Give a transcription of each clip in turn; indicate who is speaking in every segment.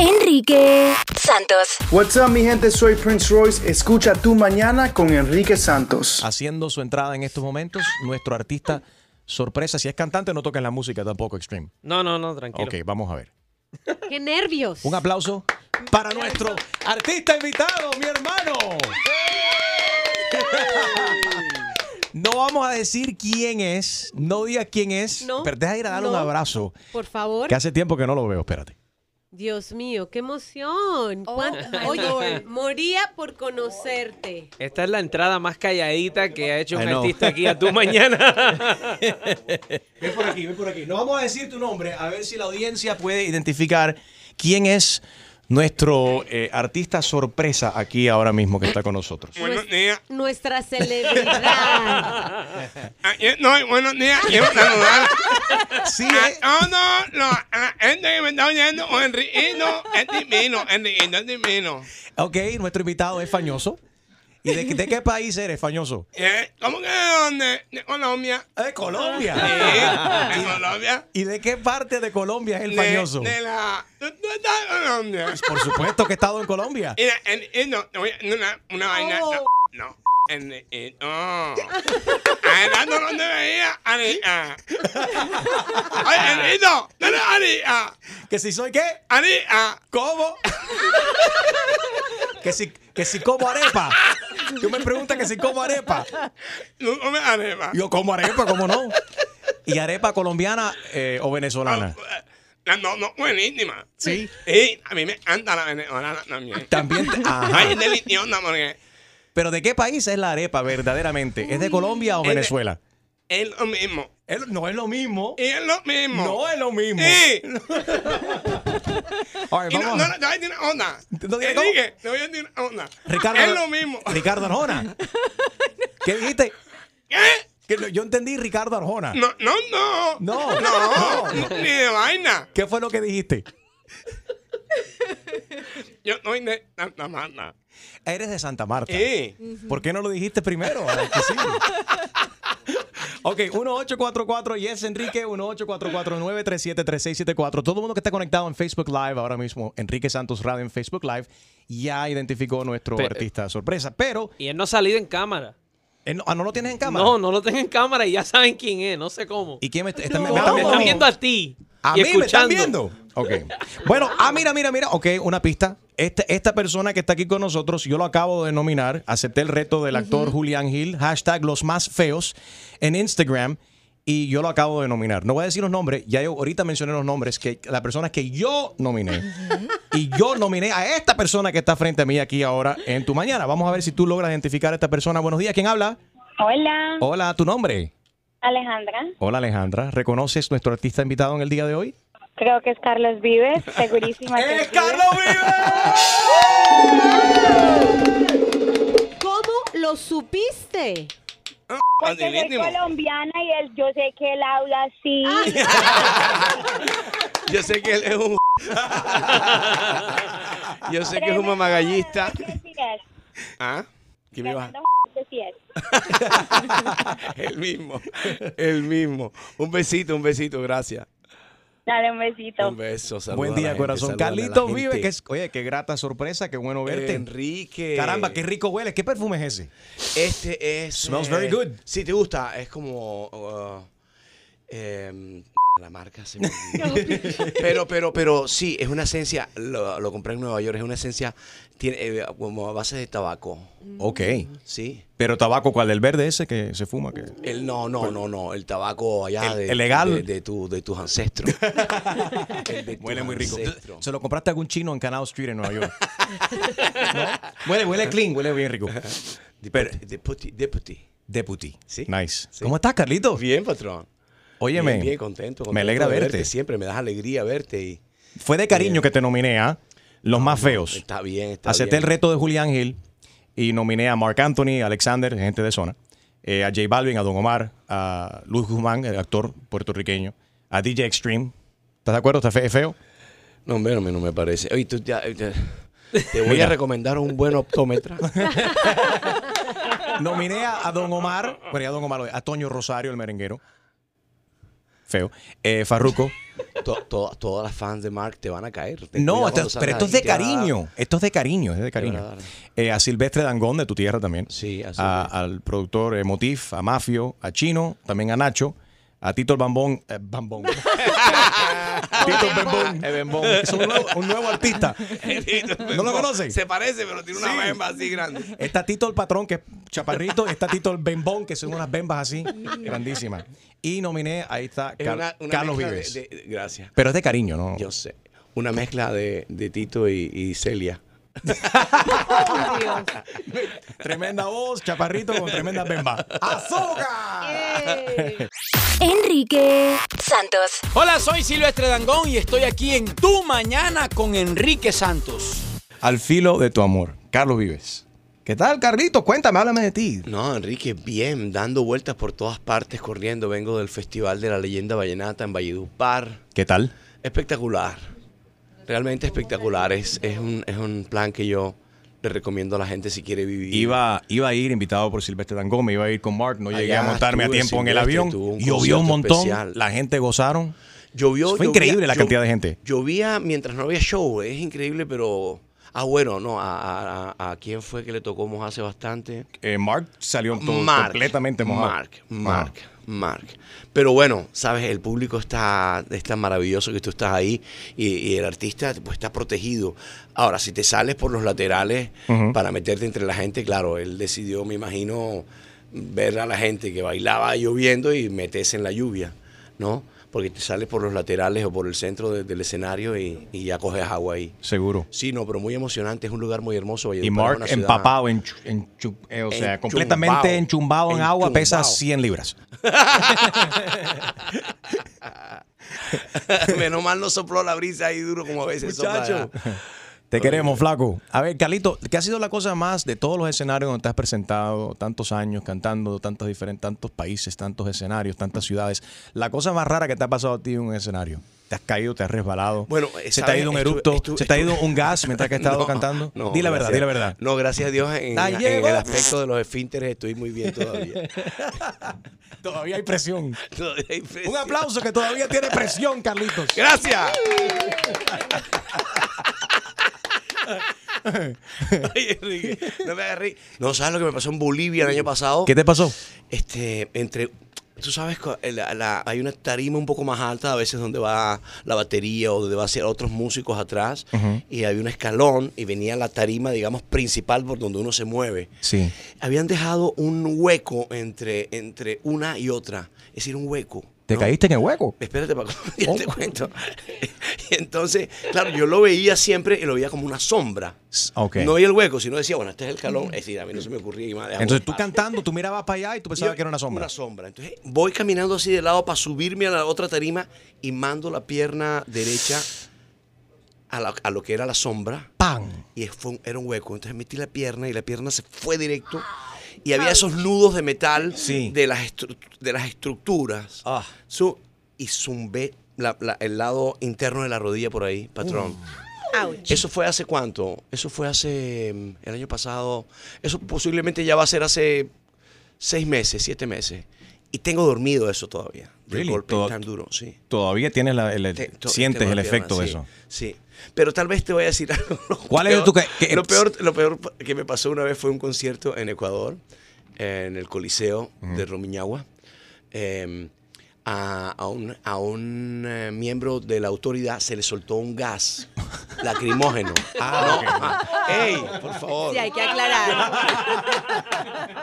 Speaker 1: Enrique Santos.
Speaker 2: What's up, mi gente? Soy Prince Royce. Escucha tu mañana con Enrique Santos.
Speaker 3: haciendo su entrada en estos momentos, nuestro artista sorpresa. Si es cantante, no toquen la música tampoco, Extreme.
Speaker 4: No, no, no, tranquilo.
Speaker 3: Ok, vamos a ver.
Speaker 5: ¡Qué nervios!
Speaker 3: Un aplauso para nuestro artista invitado, mi hermano. No vamos a decir quién es, no digas quién es,
Speaker 5: No,
Speaker 3: pero deja ir a darle un
Speaker 5: no.
Speaker 3: abrazo,
Speaker 5: Por favor.
Speaker 3: que hace tiempo que no lo veo, espérate.
Speaker 5: Dios mío, qué emoción. Cuán-
Speaker 1: my
Speaker 5: Oye, moría por conocerte.
Speaker 4: Esta es la entrada más calladita que ha hecho
Speaker 3: I
Speaker 4: un
Speaker 3: know.
Speaker 4: artista aquí a tu mañana.
Speaker 3: Ven por aquí, ven por aquí. No vamos a decir tu nombre, a ver si la audiencia puede identificar quién es nuestro eh, artista sorpresa aquí ahora mismo que está con nosotros.
Speaker 6: Buenos
Speaker 5: Nues-
Speaker 6: días.
Speaker 5: Nuestra celebridad.
Speaker 6: Ayer- no, buenos días. Quiero saludar
Speaker 3: Sí, eh.
Speaker 6: a todos los oh, a la gente que me está oyendo. Enriquito es divino. Enriquito es divino.
Speaker 3: Ok, nuestro invitado es fañoso. ¿Y de, de qué país eres, fañoso?
Speaker 6: Eh, ¿Cómo que de dónde? De Colombia.
Speaker 3: De
Speaker 6: Sí,
Speaker 3: Colombia.
Speaker 6: de Colombia.
Speaker 3: ¿Y de qué parte de Colombia es el
Speaker 6: De,
Speaker 3: fañoso?
Speaker 6: de la. ¿Tú, tú estás en Colombia?
Speaker 3: Por supuesto que he estado en Colombia.
Speaker 6: Mira, Enriquito, te voy a hacer una, una vaina. No. no. Enriquito. Ahora no lo debería. Ari, ah. Oye, Enriquito. Dale, Ari. ah.
Speaker 3: ¿Que si soy qué?
Speaker 6: Ari. ah.
Speaker 3: ¿Cómo? ¿Que si, que si como arepa? Tú me preguntas que si como arepa.
Speaker 6: No come arepa.
Speaker 3: Yo como arepa, ¿cómo no? ¿Y arepa colombiana eh, o venezolana?
Speaker 6: La no, no, buenísima.
Speaker 3: Sí.
Speaker 6: Y a mí me encanta la venezolana también.
Speaker 3: También. ajá.
Speaker 6: Ay, es deliciosa porque
Speaker 3: Pero ¿de qué país es la arepa verdaderamente? ¿Es de Colombia o
Speaker 6: Es de-
Speaker 3: Venezuela?
Speaker 6: es lo mismo.
Speaker 3: Es- no es lo mismo.
Speaker 6: Y es lo mismo.
Speaker 3: No es lo mismo.
Speaker 6: Sí.
Speaker 3: All right,
Speaker 6: Y no,
Speaker 3: vamos
Speaker 6: no,
Speaker 3: a-
Speaker 6: no, te voy a decir una onda.
Speaker 3: ¿No digas cómo?
Speaker 6: Enrique, te voy a decir una onda.
Speaker 3: Ricardo,
Speaker 6: Es lo mismo.
Speaker 3: Ricardo Arjona. ¿Qué dijiste?
Speaker 6: ¿Qué?
Speaker 3: Que no- yo entendí Ricardo Arjona.
Speaker 6: No, no, no.
Speaker 3: No.
Speaker 6: No,
Speaker 3: No.
Speaker 6: ni de vaina.
Speaker 3: ¿Qué fue lo que dijiste?
Speaker 6: Yo soy de Santa Marta.
Speaker 3: Eres de Santa Marta.
Speaker 6: Sí.
Speaker 3: ¿Por qué no lo dijiste primero? Ah, que sí. Ok, 1844 Yes Enrique, 1844-937-3674. Todo el mundo que está conectado en Facebook Live ahora mismo, Enrique Santos Radio en Facebook Live, ya identificó nuestro
Speaker 4: Pe-
Speaker 3: artista sorpresa. Pero,
Speaker 4: y él no ha salido en cámara.
Speaker 3: eh, no, ah, ¿no lo tienes en cámara?
Speaker 4: No, no lo tengo en cámara y ya saben quién es, no sé cómo.
Speaker 3: ¿Y quién me, está- está- me-
Speaker 4: Me
Speaker 3: me
Speaker 4: están-
Speaker 3: está-
Speaker 4: me están viendo a ti.
Speaker 3: ¿A
Speaker 4: y
Speaker 3: mí me están viendo?
Speaker 4: escuchando.
Speaker 3: Ok. Bueno, ah, mira, mira, mira. Ok, una pista. Esta, esta persona que está aquí con nosotros, yo lo acabo de nominar. Acepté el reto del actor Julián Gil, hashtag los más feos, en Instagram. Y yo lo acabo de nominar. No voy a decir los nombres, ya yo ahorita mencioné los nombres, que las personas que yo nominé. Y yo nominé a esta persona que está frente a mí aquí ahora en tu mañana. Vamos a ver si tú logras identificar a esta persona. Buenos días, ¿quién habla?
Speaker 7: Hola,
Speaker 3: Hola, tu nombre.
Speaker 7: Alejandra.
Speaker 3: Hola, Alejandra. ¿Reconoces nuestro artista invitado en el día de hoy?
Speaker 7: Creo que es Carlos Vives, segurísima. que
Speaker 3: ¡Es
Speaker 7: sí.
Speaker 3: Carlos Vives!
Speaker 5: ¿Cómo lo supiste?
Speaker 7: Porque soy
Speaker 6: Facilísimo.
Speaker 7: colombiana y él, yo sé que él habla así.
Speaker 4: Yo sé que él es un. Yo sé
Speaker 7: Tremendo
Speaker 4: mamagallista.
Speaker 7: que sí es,
Speaker 6: Ah,
Speaker 4: ¿Qué me vas a-
Speaker 7: tremendo que sí es.
Speaker 4: El mismo. El mismo. Un besito, un besito, gracias.
Speaker 7: Dale un besito.
Speaker 4: beso, saluda
Speaker 3: Buen
Speaker 4: a la
Speaker 3: día,
Speaker 4: gente,
Speaker 3: corazón.
Speaker 4: saluda a la
Speaker 3: Carlitos
Speaker 4: gente.
Speaker 3: Vive, que es, oye, qué grata sorpresa, qué bueno verte.
Speaker 8: Enrique.
Speaker 3: Caramba, qué rico huele. ¿Qué perfume es ese?
Speaker 8: Este es.
Speaker 3: Smells very good.
Speaker 8: Si te gusta, es como. uh, em, la marca se me olvidó. pero, pero, pero sí, es una esencia. Lo, lo compré en Nueva York. Es una esencia tiene, eh, como a base de tabaco.
Speaker 3: Mm. Ok.
Speaker 8: Sí.
Speaker 3: Pero tabaco, ¿cuál? El verde ese que se fuma. Que...
Speaker 8: El, no, no, no, no. El tabaco allá
Speaker 3: El-
Speaker 8: de,
Speaker 3: el legal.
Speaker 8: de, de tu, de tus ancestros. El de tus
Speaker 3: Huele muy rico.
Speaker 8: ancestros.
Speaker 3: Se lo compraste a algún chino en Canal Street en Nueva York. ¿No? Huele, huele clean, huele bien rico.
Speaker 8: Deputy, deputy, deputy.
Speaker 3: Deputy.
Speaker 8: Sí.
Speaker 3: Nice.
Speaker 8: Sí.
Speaker 3: ¿Cómo estás, Carlitos?
Speaker 8: Bien, patrón.
Speaker 3: Óyeme.
Speaker 8: Bien, bien, contento.
Speaker 3: me
Speaker 8: contento
Speaker 3: alegra
Speaker 8: de
Speaker 3: verte.
Speaker 8: Siempre me das alegría verte y.
Speaker 3: Fue de cariño que te nominé a los más feos.
Speaker 8: Está bien, está
Speaker 3: Acepté
Speaker 8: bien.
Speaker 3: Pues, el reto de Julián Gil y nominé a Mark Anthony, a Alexander, gente de zona, eh, a J Balvin, a Don Omar, a Luis Guzmán, el actor puertorriqueño, a DJ Extreme. ¿Estás de acuerdo? ¿Está fe- feo?
Speaker 8: No, hombre, a mí no me parece. Oye, tú ya- ya- te voy
Speaker 3: Mira.
Speaker 8: a recomendar un buen optómetra.
Speaker 3: Nominé a, a Don Omar, bueno, ya Don Omar, lo- a Toño Rosario, el merenguero. feo, eh, Farruko.
Speaker 8: To- to- todas las fans de Mark te van a caer. Ten
Speaker 3: No,
Speaker 8: cuidado
Speaker 3: esto-
Speaker 8: cuando
Speaker 3: pero
Speaker 8: salgas
Speaker 3: esto es de
Speaker 8: ahí, te van a dar-
Speaker 3: cariño. Esto es de cariño, es de cariño.
Speaker 8: verdad.
Speaker 3: Eh, a Silvestre Dangón de tu tierra también.
Speaker 8: Sí, a Silvestre.
Speaker 3: A- Al productor eh, Motif, a Mafio, a Chino, también a Nacho, a Tito el Bambón. eh, Bambón. Tito el Bambón. El Bambón. Es un nuevo, un nuevo artista. ¿No lo conocen?
Speaker 4: Se parece, pero tiene una bemba así grande.
Speaker 3: Está Tito el patrón, que es chaparrito. Está Tito el bembón, que son unas bembas así, grandísimas. Y nominé, ahí está,
Speaker 8: Es
Speaker 3: Car-
Speaker 8: una- una
Speaker 3: Carlos
Speaker 8: mezcla de-
Speaker 3: Vives.
Speaker 8: de- de- gracias.
Speaker 3: Pero es de cariño, ¿no?
Speaker 8: Yo sé. Una mezcla de, de Tito y, y Celia.
Speaker 5: Oh, Dios.
Speaker 3: Tremenda voz, chaparrito con tremenda bemba.
Speaker 8: Ah,
Speaker 3: ¡Azúcar!
Speaker 5: Eh,
Speaker 1: Enrique Santos.
Speaker 9: Hola, soy Silvestre Dangón y estoy aquí en Tu Mañana con Enrique Santos.
Speaker 3: Al filo de tu amor, Carlos Vives. ¿Qué tal, Carlito? Cuéntame, háblame de ti.
Speaker 8: No, Enrique, bien, dando vueltas por todas partes, corriendo. Vengo del Festival de la Leyenda Vallenata en Valledupar.
Speaker 3: ¿Qué tal?
Speaker 8: Espectacular. Realmente espectacular. Es, es, un, es un plan que yo le recomiendo a la gente si quiere vivir.
Speaker 3: Iba, iba a ir invitado por Silvestre Dangón, me iba a ir con Mark, no llegué
Speaker 8: Allá
Speaker 3: a montarme a
Speaker 8: estuve,
Speaker 3: tiempo en el
Speaker 8: Silvestre,
Speaker 3: avión.
Speaker 8: tuvo un
Speaker 3: Llovió un
Speaker 8: concierto
Speaker 3: montón,
Speaker 8: especial.
Speaker 3: la gente gozaron.
Speaker 8: Llovió.
Speaker 3: Fue
Speaker 8: llovía-
Speaker 3: increíble la
Speaker 8: llo-
Speaker 3: cantidad de gente.
Speaker 8: Llovía mientras no había show, es increíble, pero. Ah, bueno, no, a, a- a- a quién fue que le tocó mojarse bastante.
Speaker 3: Eh, Mark salió todo
Speaker 8: Mark,
Speaker 3: completamente mojado. Ah,
Speaker 8: Mark, Mark, Mark. Pero bueno, sabes, el público está, es tan maravilloso que tú estás ahí y, y el artista pues, está protegido. Ahora, si te sales por los laterales
Speaker 3: Ujú.
Speaker 8: para meterte entre la gente, claro, él decidió, me imagino, ver a la gente que bailaba lloviendo y meterse en la lluvia, ¿no? Porque te sales por los laterales o por el centro de- del escenario y, y ya coges agua ahí.
Speaker 3: Seguro.
Speaker 8: Sí, no, pero muy emocionante, es un lugar muy hermoso.
Speaker 3: Y
Speaker 8: Valledupar es
Speaker 3: Mark
Speaker 8: una ciudad-
Speaker 3: empapado, en, en- eh, o sea,
Speaker 8: Enchumbado.
Speaker 3: completamente enchumbado en agua, pesa
Speaker 8: Enchumbado.
Speaker 3: 100 libras.
Speaker 8: Menos mal no sopló la brisa ahí duro como a veces sopla
Speaker 3: Muchacho.
Speaker 8: allá.
Speaker 3: Te queremos, flaco. A ver, Carlito, ¿qué ha sido la cosa más de todos los escenarios donde te has presentado tantos años cantando, tantos diferentes, tantos países, tantos escenarios, tantas ciudades? La cosa más rara que te ha pasado a ti en un escenario. ¿Te has caído, te has resbalado?
Speaker 8: Bueno, eh,
Speaker 3: ¿Se te ha
Speaker 8: ¿sabes?
Speaker 3: ido un
Speaker 8: Estuve-
Speaker 3: eructo?
Speaker 8: estuve-
Speaker 3: ¿Se te ha ido
Speaker 8: estuve-
Speaker 3: un gas mientras que has estado cantando?
Speaker 8: no,
Speaker 3: di la verdad,
Speaker 8: gracias-
Speaker 3: di la verdad.
Speaker 8: No, gracias a Dios, en,
Speaker 3: La
Speaker 8: en
Speaker 3: llevo.
Speaker 8: el aspecto de los esfínteres estoy muy bien todavía.
Speaker 3: Todavía hay presión.
Speaker 8: Todavía hay presión.
Speaker 3: Un aplauso que todavía tiene presión, Carlitos.
Speaker 8: ¡Gracias! Ay, Enrique, no me hagas reír. No, ¿sabes lo que me pasó en Bolivia el año pasado?
Speaker 3: ¿Qué te pasó?
Speaker 8: este, entre, tú sabes, cu- la- la- hay una tarima un poco más alta a veces donde va la batería o donde va a ser otros músicos atrás y había un escalón y venía la tarima, digamos, principal por donde uno se mueve.
Speaker 3: Sí.
Speaker 8: Habían dejado un hueco entre, entre una y otra, es decir, un hueco.
Speaker 3: ¿Te
Speaker 8: ¿no?
Speaker 3: caíste Oh. en el hueco?
Speaker 8: Espérate, Paco, ya te cuento. Y entonces, claro, yo lo veía siempre y lo veía como una sombra.
Speaker 3: Ok.
Speaker 8: No veía el hueco, sino decía, bueno, este es el escalón. Es decir, a mí no se me ocurría. y me dejaba
Speaker 3: Entonces tú
Speaker 8: espacio.
Speaker 3: cantando, tú mirabas para allá y tú pensabas
Speaker 8: Yo-
Speaker 3: que era una sombra.
Speaker 8: Una sombra. Entonces voy caminando así de lado para subirme a la otra tarima y mando la pierna derecha a, la- a lo que era la sombra
Speaker 3: ¡Pam!
Speaker 8: y fue un- era un hueco. Entonces metí la pierna y la pierna se fue directo y había esos nudos de metal
Speaker 3: Sí.
Speaker 8: de, las estru- de las estructuras.
Speaker 3: Ah.
Speaker 8: Su- y zumbé la- la- el lado interno de la rodilla por ahí, patrón.
Speaker 5: Ouch.
Speaker 8: ¿Eso fue hace cuánto? Eso fue hace mm, el año pasado. Eso posiblemente ya va a ser hace seis meses, siete meses. Y tengo dormido eso todavía. Del
Speaker 3: Really?
Speaker 8: golpe
Speaker 3: Todo-
Speaker 8: tan duro, sí.
Speaker 3: Todavía tienes la, el- el-
Speaker 8: Te- to-
Speaker 3: sientes
Speaker 8: tengo
Speaker 3: el
Speaker 8: la pierna,
Speaker 3: efecto de
Speaker 8: sí,
Speaker 3: eso.
Speaker 8: Sí. Pero tal vez te voy a decir algo. Lo
Speaker 3: ¿Cuál es
Speaker 8: peor-
Speaker 3: tu que- que-
Speaker 8: lo, peor, lo peor que me pasó una vez fue un concierto en Ecuador, en el Coliseo de Romiñagua. Eh, a, a un, a un, eh, miembro de la autoridad se le soltó un gas lacrimógeno. ah, no. Ah, ¡Ey! Por favor.
Speaker 5: Sí, hay que aclarar.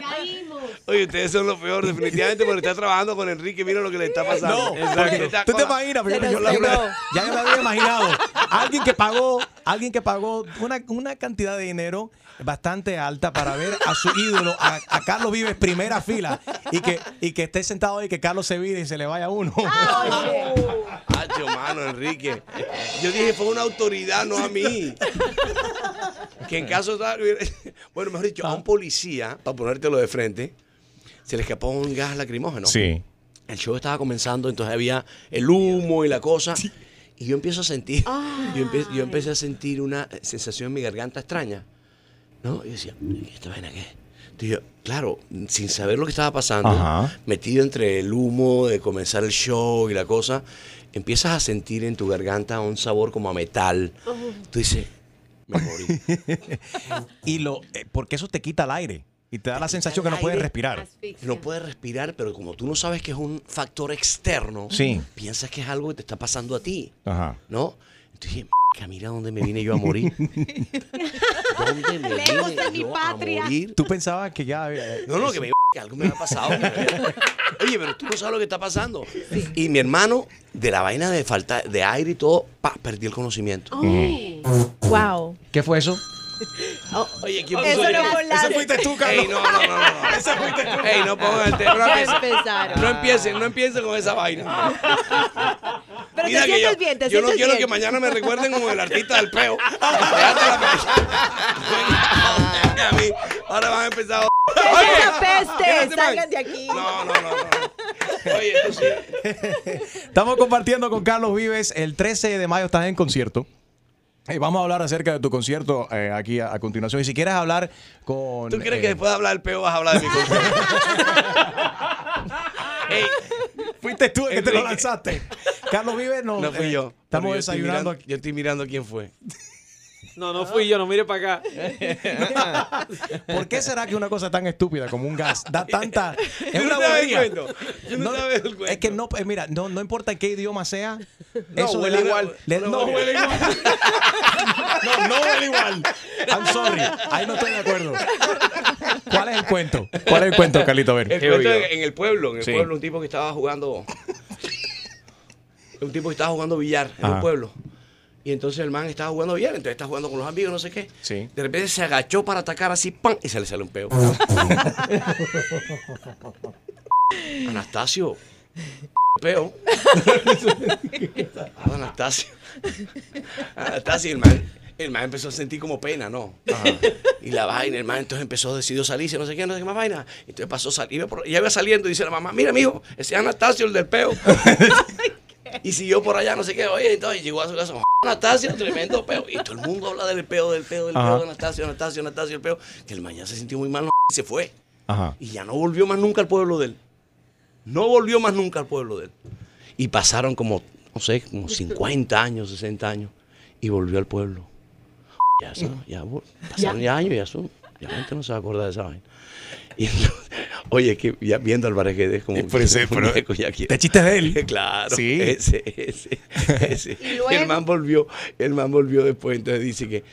Speaker 5: Caímos.
Speaker 8: Oye, ustedes son lo peor, definitivamente, porque está trabajando con Enrique. Mira lo que le está pasando. Exacto.
Speaker 3: porque
Speaker 8: Está
Speaker 3: tú
Speaker 8: con
Speaker 3: te
Speaker 8: la-
Speaker 3: imaginas,
Speaker 5: Se
Speaker 3: yo,
Speaker 5: lo
Speaker 3: yo la-
Speaker 5: sobró.
Speaker 3: ya me lo había imaginado. Alguien que pagó, alguien que pagó una, una cantidad de dinero bastante alta para ver a su ídolo, a, a Carlos Vives, primera fila, y que, y que esté sentado ahí, que Carlos se vire y se le vaya uno.
Speaker 8: Hacho, mano, Enrique. Yo dije, fue una autoridad, no a mí. Que en caso tal, hubiera- bueno, mejor dicho, a un policía, para ponértelo de frente, se le escapó un gas lacrimógeno. El show estaba comenzando, entonces había el humo y la cosa. Y yo empiezo a sentir, yo, empe- yo empecé a sentir una sensación en mi garganta extraña. ¿No? Y yo decía, "¿Y ¿esta vaina qué? es?". Dije, claro, sin saber lo que estaba pasando,
Speaker 3: Ajá.
Speaker 8: metido entre el humo de comenzar el show y la cosa, empiezas a sentir en tu garganta un sabor como a metal. Tú dices, me morí.
Speaker 3: Y lo, eh, porque eso te quita el aire y te da la sensación que no puedes respirar.
Speaker 5: Asfixia.
Speaker 8: No puedes respirar, pero como tú no sabes que es un factor externo,
Speaker 3: Sí.
Speaker 8: piensas que es algo que te está pasando a ti,
Speaker 3: Ajá.
Speaker 8: ¿no? Entonces dije, "Marica, mira dónde me vine yo a morir. ¿Dónde me
Speaker 5: Lejos
Speaker 8: vine
Speaker 5: de mi
Speaker 8: yo
Speaker 5: patria.
Speaker 8: a morir?
Speaker 3: Tú pensabas que ya. eh,
Speaker 8: No, no, que me que algo me ha pasado. Oye, pero tú no sabes lo que está pasando. Y mi hermano, de la vaina de falta de aire y todo, pa, perdí el conocimiento.
Speaker 5: Ay.
Speaker 10: Wow.
Speaker 3: ¿Qué fue eso?
Speaker 8: Oye, ¿quién
Speaker 10: Eso no fue
Speaker 4: Ese
Speaker 10: Lalo.
Speaker 4: fuiste tú,
Speaker 8: Ey,
Speaker 4: Carlos.
Speaker 8: no, no, no, no.
Speaker 4: Ese fuiste tú.
Speaker 8: Ey, no pongan el tema. No
Speaker 10: Ya
Speaker 8: empiecen,
Speaker 10: empezaron.
Speaker 8: no empiecen, no empiecen con esa vaina.
Speaker 10: Pero
Speaker 8: Mira
Speaker 10: te
Speaker 8: que
Speaker 10: sientes
Speaker 8: yo-
Speaker 10: bien, te
Speaker 8: Yo no
Speaker 10: sientes
Speaker 8: quiero
Speaker 10: bien.
Speaker 8: que mañana me recuerden como el artista del peo. Déjate la pe- a mí. Ahora van a empezar.
Speaker 10: ¡Que es
Speaker 8: Oye,
Speaker 10: una peste!
Speaker 8: quédate, man.
Speaker 10: ¡Salgan de aquí!
Speaker 8: No, no, no, no. no. Oye, tú sí.
Speaker 3: Estamos compartiendo con Carlos Vives. El 13 de mayo estás en concierto. Eh, vamos a hablar acerca de tu concierto eh, aquí a, a continuación. Y si quieres hablar con.
Speaker 8: ¿Tú crees
Speaker 3: eh,
Speaker 8: que después de hablar del peo vas a hablar de mi concierto? Ey,
Speaker 3: Fuiste tú el que te lo
Speaker 8: Enrique.
Speaker 3: lanzaste. Carlos Vives no.
Speaker 8: no fui
Speaker 3: eh,
Speaker 8: yo. Pero
Speaker 3: Estamos
Speaker 8: yo estoy
Speaker 3: desayunando
Speaker 8: mirando-
Speaker 3: aquí.
Speaker 8: Yo estoy mirando quién fue.
Speaker 9: No, no fui yo, no mire para acá.
Speaker 3: ¿Por qué será que una cosa tan estúpida como un gas da tanta. Es
Speaker 8: Yo
Speaker 3: una
Speaker 8: no sabía el
Speaker 3: bobería?
Speaker 8: cuento. Yo no
Speaker 3: No,
Speaker 8: sabía el
Speaker 3: es
Speaker 8: cuento.
Speaker 3: que no, eh, mira, no, no importa qué idioma sea,
Speaker 8: No,
Speaker 3: eso
Speaker 8: huele
Speaker 3: del-
Speaker 8: igual.
Speaker 3: le-
Speaker 8: No,
Speaker 3: no
Speaker 8: huele
Speaker 3: huele igual. no, no huele igual. I'm sorry, ahí no estoy de acuerdo. ¿Cuál es el cuento? ¿Cuál es el cuento, Carlito? A ver.
Speaker 8: El cuento en, en el pueblo, en el
Speaker 3: Sí.
Speaker 8: pueblo, un tipo que estaba jugando. un tipo que estaba jugando billar en
Speaker 3: Ajá.
Speaker 8: un pueblo. Y entonces el man estaba jugando billar, entonces está jugando con los amigos, no sé qué.
Speaker 3: Sí.
Speaker 8: De repente se agachó para atacar así, ¡pam! Y se le sale un peo. Anastasio. Peo. Anastasio. Anastasio, el man. El man empezó a sentir como pena, ¿no? Y la vaina, el man entonces empezó, decidió salirse, no sé qué, no sé qué más vaina. Entonces pasó, sal- iba por- ya iba saliendo y dice la mamá, mira, mijo, ese es Anastasio, el del peo. y siguió por allá, no sé qué, oye, entonces llegó a su casa, Anastasio, tremendo peo. Y todo el mundo habla del peo, del peo, del
Speaker 3: Ajá.
Speaker 8: peo, de Anastasio, Anastasio, Anastasio, el peo. Que el man ya se sintió muy mal y se fue.
Speaker 3: Ajá.
Speaker 8: Y ya no volvió más nunca al pueblo de él. No volvió más nunca al pueblo de él. Y pasaron como, no sé, como 50 años, 60 años. Y volvió al pueblo. Ya, son- ya vol- pasaron ya años, ya son. Ya la gente no se va a acordar de esa vaina. Y entonces, oye, que ya viendo al Álvarez que es como.
Speaker 4: Por eso,
Speaker 8: un
Speaker 4: pero-
Speaker 8: muñeco ya aquí.
Speaker 3: Te chistes de él.
Speaker 8: Claro.
Speaker 3: Sí.
Speaker 8: Ese, ese, ese.
Speaker 5: Y luego-
Speaker 8: el man volvió, el man volvió después, entonces dice que,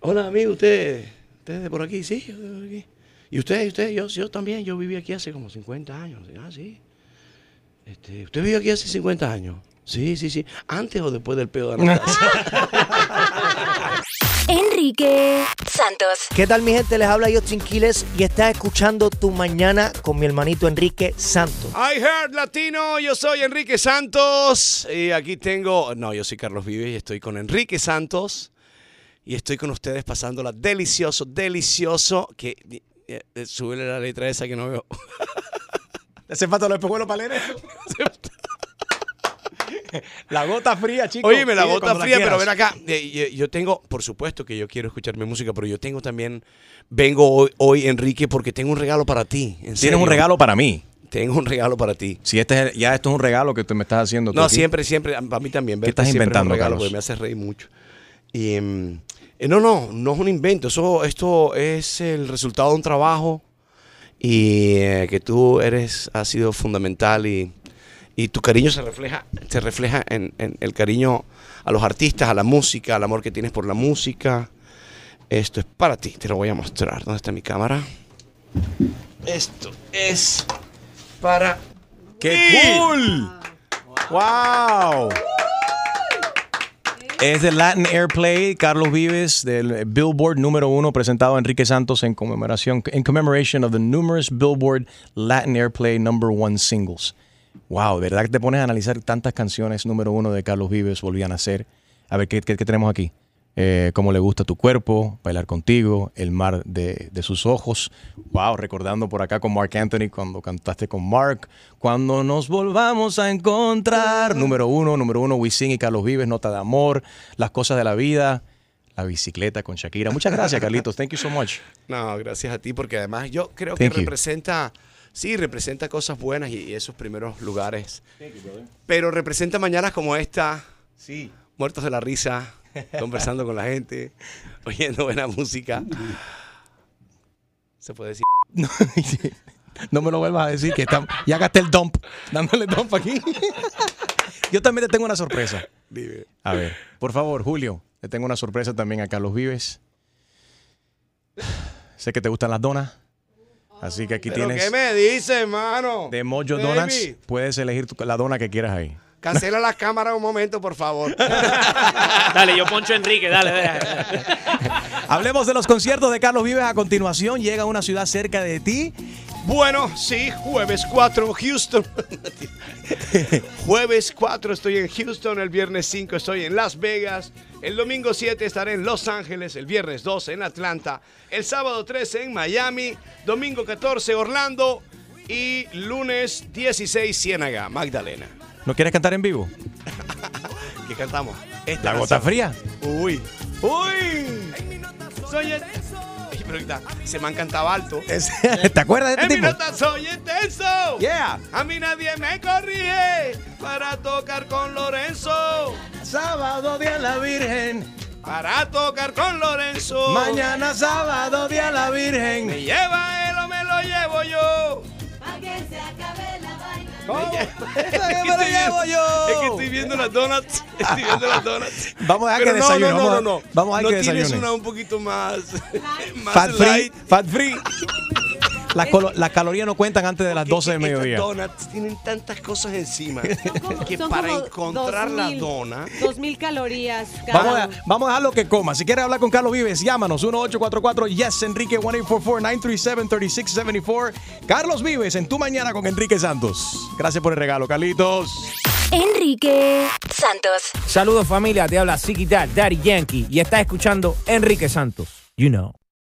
Speaker 8: hola amigo, usted, usted es de por aquí, sí, yo de por aquí. Y usted, y usted, yo, yo también, yo viví aquí hace como 50 años. Ah, sí. Este, ¿Usted vivió aquí hace 50 años? Sí, sí, sí. ¿Antes o después del pedo de Anastasia?
Speaker 1: Enrique Santos.
Speaker 11: ¿Qué tal mi gente? Les habla yo Chinquiles y estás escuchando Tu Mañana con mi hermanito Enrique Santos.
Speaker 8: I Heard Latino, yo soy Enrique Santos y aquí tengo, no, yo soy Carlos Vives y estoy con Enrique Santos y estoy con ustedes pasándola delicioso, delicioso, que eh, eh, súbele la letra esa que no veo.
Speaker 3: ¿Te hace falta los espejuelos para leer eso? la gota fría, chicos.
Speaker 8: Oye, me la
Speaker 3: Pide
Speaker 8: bota
Speaker 3: cuando la
Speaker 8: fría, pero
Speaker 3: quieras.
Speaker 8: ven acá, eh, yo, yo tengo, por supuesto que yo quiero escuchar mi música, pero yo tengo también, vengo hoy, hoy, Enrique, porque tengo un regalo para ti. en
Speaker 3: Tienes
Speaker 8: serio.
Speaker 3: un regalo para mí.
Speaker 8: Tengo un regalo para ti.
Speaker 3: Si este es el- ya esto es un regalo que tú me estás haciendo. tú
Speaker 8: No,
Speaker 3: aquí.
Speaker 8: siempre, siempre, a- para mí también. verte
Speaker 3: estás
Speaker 8: siempre es un
Speaker 3: inventando,
Speaker 8: regalo
Speaker 3: Carlos?
Speaker 8: porque me hace reír mucho. Y, em, eh, no, no, no es un invento. Eso, esto es el resultado de un trabajo y eh, que tú eres, has sido fundamental y, y tu cariño se refleja, se refleja en, en el cariño a los artistas, a la música, al amor que tienes por la música. Esto es para ti, te lo voy a mostrar. ¿Dónde está mi cámara? Esto es para
Speaker 3: ¡Qué cool! ¡Wow! Es de Latin Airplay, Carlos Vives, del Billboard número uno, presentado a Enrique Santos en conmemoración, in commemoration of the numerous Billboard Latin Airplay number one singles. Wow, de verdad que te pones a analizar tantas canciones número uno de Carlos Vives, Volvían a ser. A ver, ¿qué, qué- qué tenemos aquí? Eh, ¿Cómo le gusta tu cuerpo? Bailar contigo, el mar de, de sus ojos. Wow, recordando por acá con Mark Anthony cuando cantaste con Mark. Cuando nos volvamos a encontrar. Número uno, número uno, Wisin y Carlos Vives, Nota de Amor, Las Cosas de la Vida. La bicicleta con Shakira. Muchas gracias, Carlitos. Thank you so much.
Speaker 6: No, gracias a ti, porque además yo creo
Speaker 3: Thank
Speaker 6: que
Speaker 3: you.
Speaker 6: representa, sí, representa cosas buenas y, y esos primeros lugares. Pero representa mañanas como esta.
Speaker 3: Sí.
Speaker 6: Muertos de la risa, conversando con la gente, oyendo buena música. Se puede decir.
Speaker 3: No, no me lo vuelvas a decir, que está, ya gasté el dump, dándole dump aquí. Yo también te tengo una sorpresa.
Speaker 6: Dime.
Speaker 3: A ver, por favor, Julio, te tengo una sorpresa también a Carlos Vives. Sé que te gustan las donas, así que aquí
Speaker 12: ¿Pero
Speaker 3: tienes
Speaker 12: qué me dices, hermano?
Speaker 3: de Mojo
Speaker 12: Baby,
Speaker 3: Donuts. Puedes elegir tu- la dona que quieras ahí.
Speaker 6: Cancela las cámaras un momento, por favor.
Speaker 4: Dale, yo poncho a Enrique, dale, dale.
Speaker 3: Hablemos de los conciertos de Carlos Vives a continuación. Llega a una ciudad cerca de ti.
Speaker 6: Bueno, sí, jueves 4, Houston. jueves 4 estoy en Houston, el viernes 5 estoy en Las Vegas, el domingo 7 estaré en Los Ángeles, el viernes 2 en Atlanta, el sábado 13 en Miami, domingo 14 Orlando y lunes 16 Ciénaga, Magdalena.
Speaker 3: ¿No quieres cantar en vivo?
Speaker 6: ¿Qué cantamos? Eh,
Speaker 3: La gota fría.
Speaker 6: Uy. Uy. Soy el... Ay, pero ahorita se me encantaba alto.
Speaker 3: ¿Te acuerdas de este
Speaker 6: En
Speaker 3: Eh, tipo?
Speaker 6: mi nota soy intenso.
Speaker 3: Yeah.
Speaker 6: A mí nadie me corrige para tocar con Lorenzo.
Speaker 3: Sábado día la Virgen.
Speaker 6: Para tocar con Lorenzo.
Speaker 3: Mañana sábado día la Virgen.
Speaker 6: Me lleva él o me lo llevo yo.
Speaker 3: ¿Cómo?
Speaker 6: me lo llevo yo. Es que estoy viendo las donuts. Estoy viendo las donuts.
Speaker 3: Vamos a dejar que
Speaker 6: Pero no,
Speaker 3: desayune.
Speaker 6: No, no,
Speaker 3: vamos a-
Speaker 6: no, no.
Speaker 3: Vamos a dejar
Speaker 6: no
Speaker 3: que
Speaker 6: tienes
Speaker 3: desayune.
Speaker 6: una un poquito más. más
Speaker 3: Fat free,
Speaker 6: light.
Speaker 3: fat free. Las, colo- las calorías no cuentan antes de las 12 del mediodía.
Speaker 6: Donuts tienen tantas cosas encima que
Speaker 5: Son
Speaker 6: para
Speaker 5: como
Speaker 6: encontrar la
Speaker 5: 2000,
Speaker 6: dona.
Speaker 5: 2000 calorías. cada
Speaker 3: Vamos a,
Speaker 5: uno.
Speaker 3: vamos a dejar lo que coma. Si quieres hablar con Carlos Vives, llámanos 1844 yes Enrique 1844-937-3674. Carlos Vives en tu mañana con Enrique Santos. Gracias por el regalo, Carlitos.
Speaker 7: Enrique Santos.
Speaker 13: Saludos familia, te habla Ziggy Dad, Daddy Yankee y estás escuchando Enrique Santos. You know.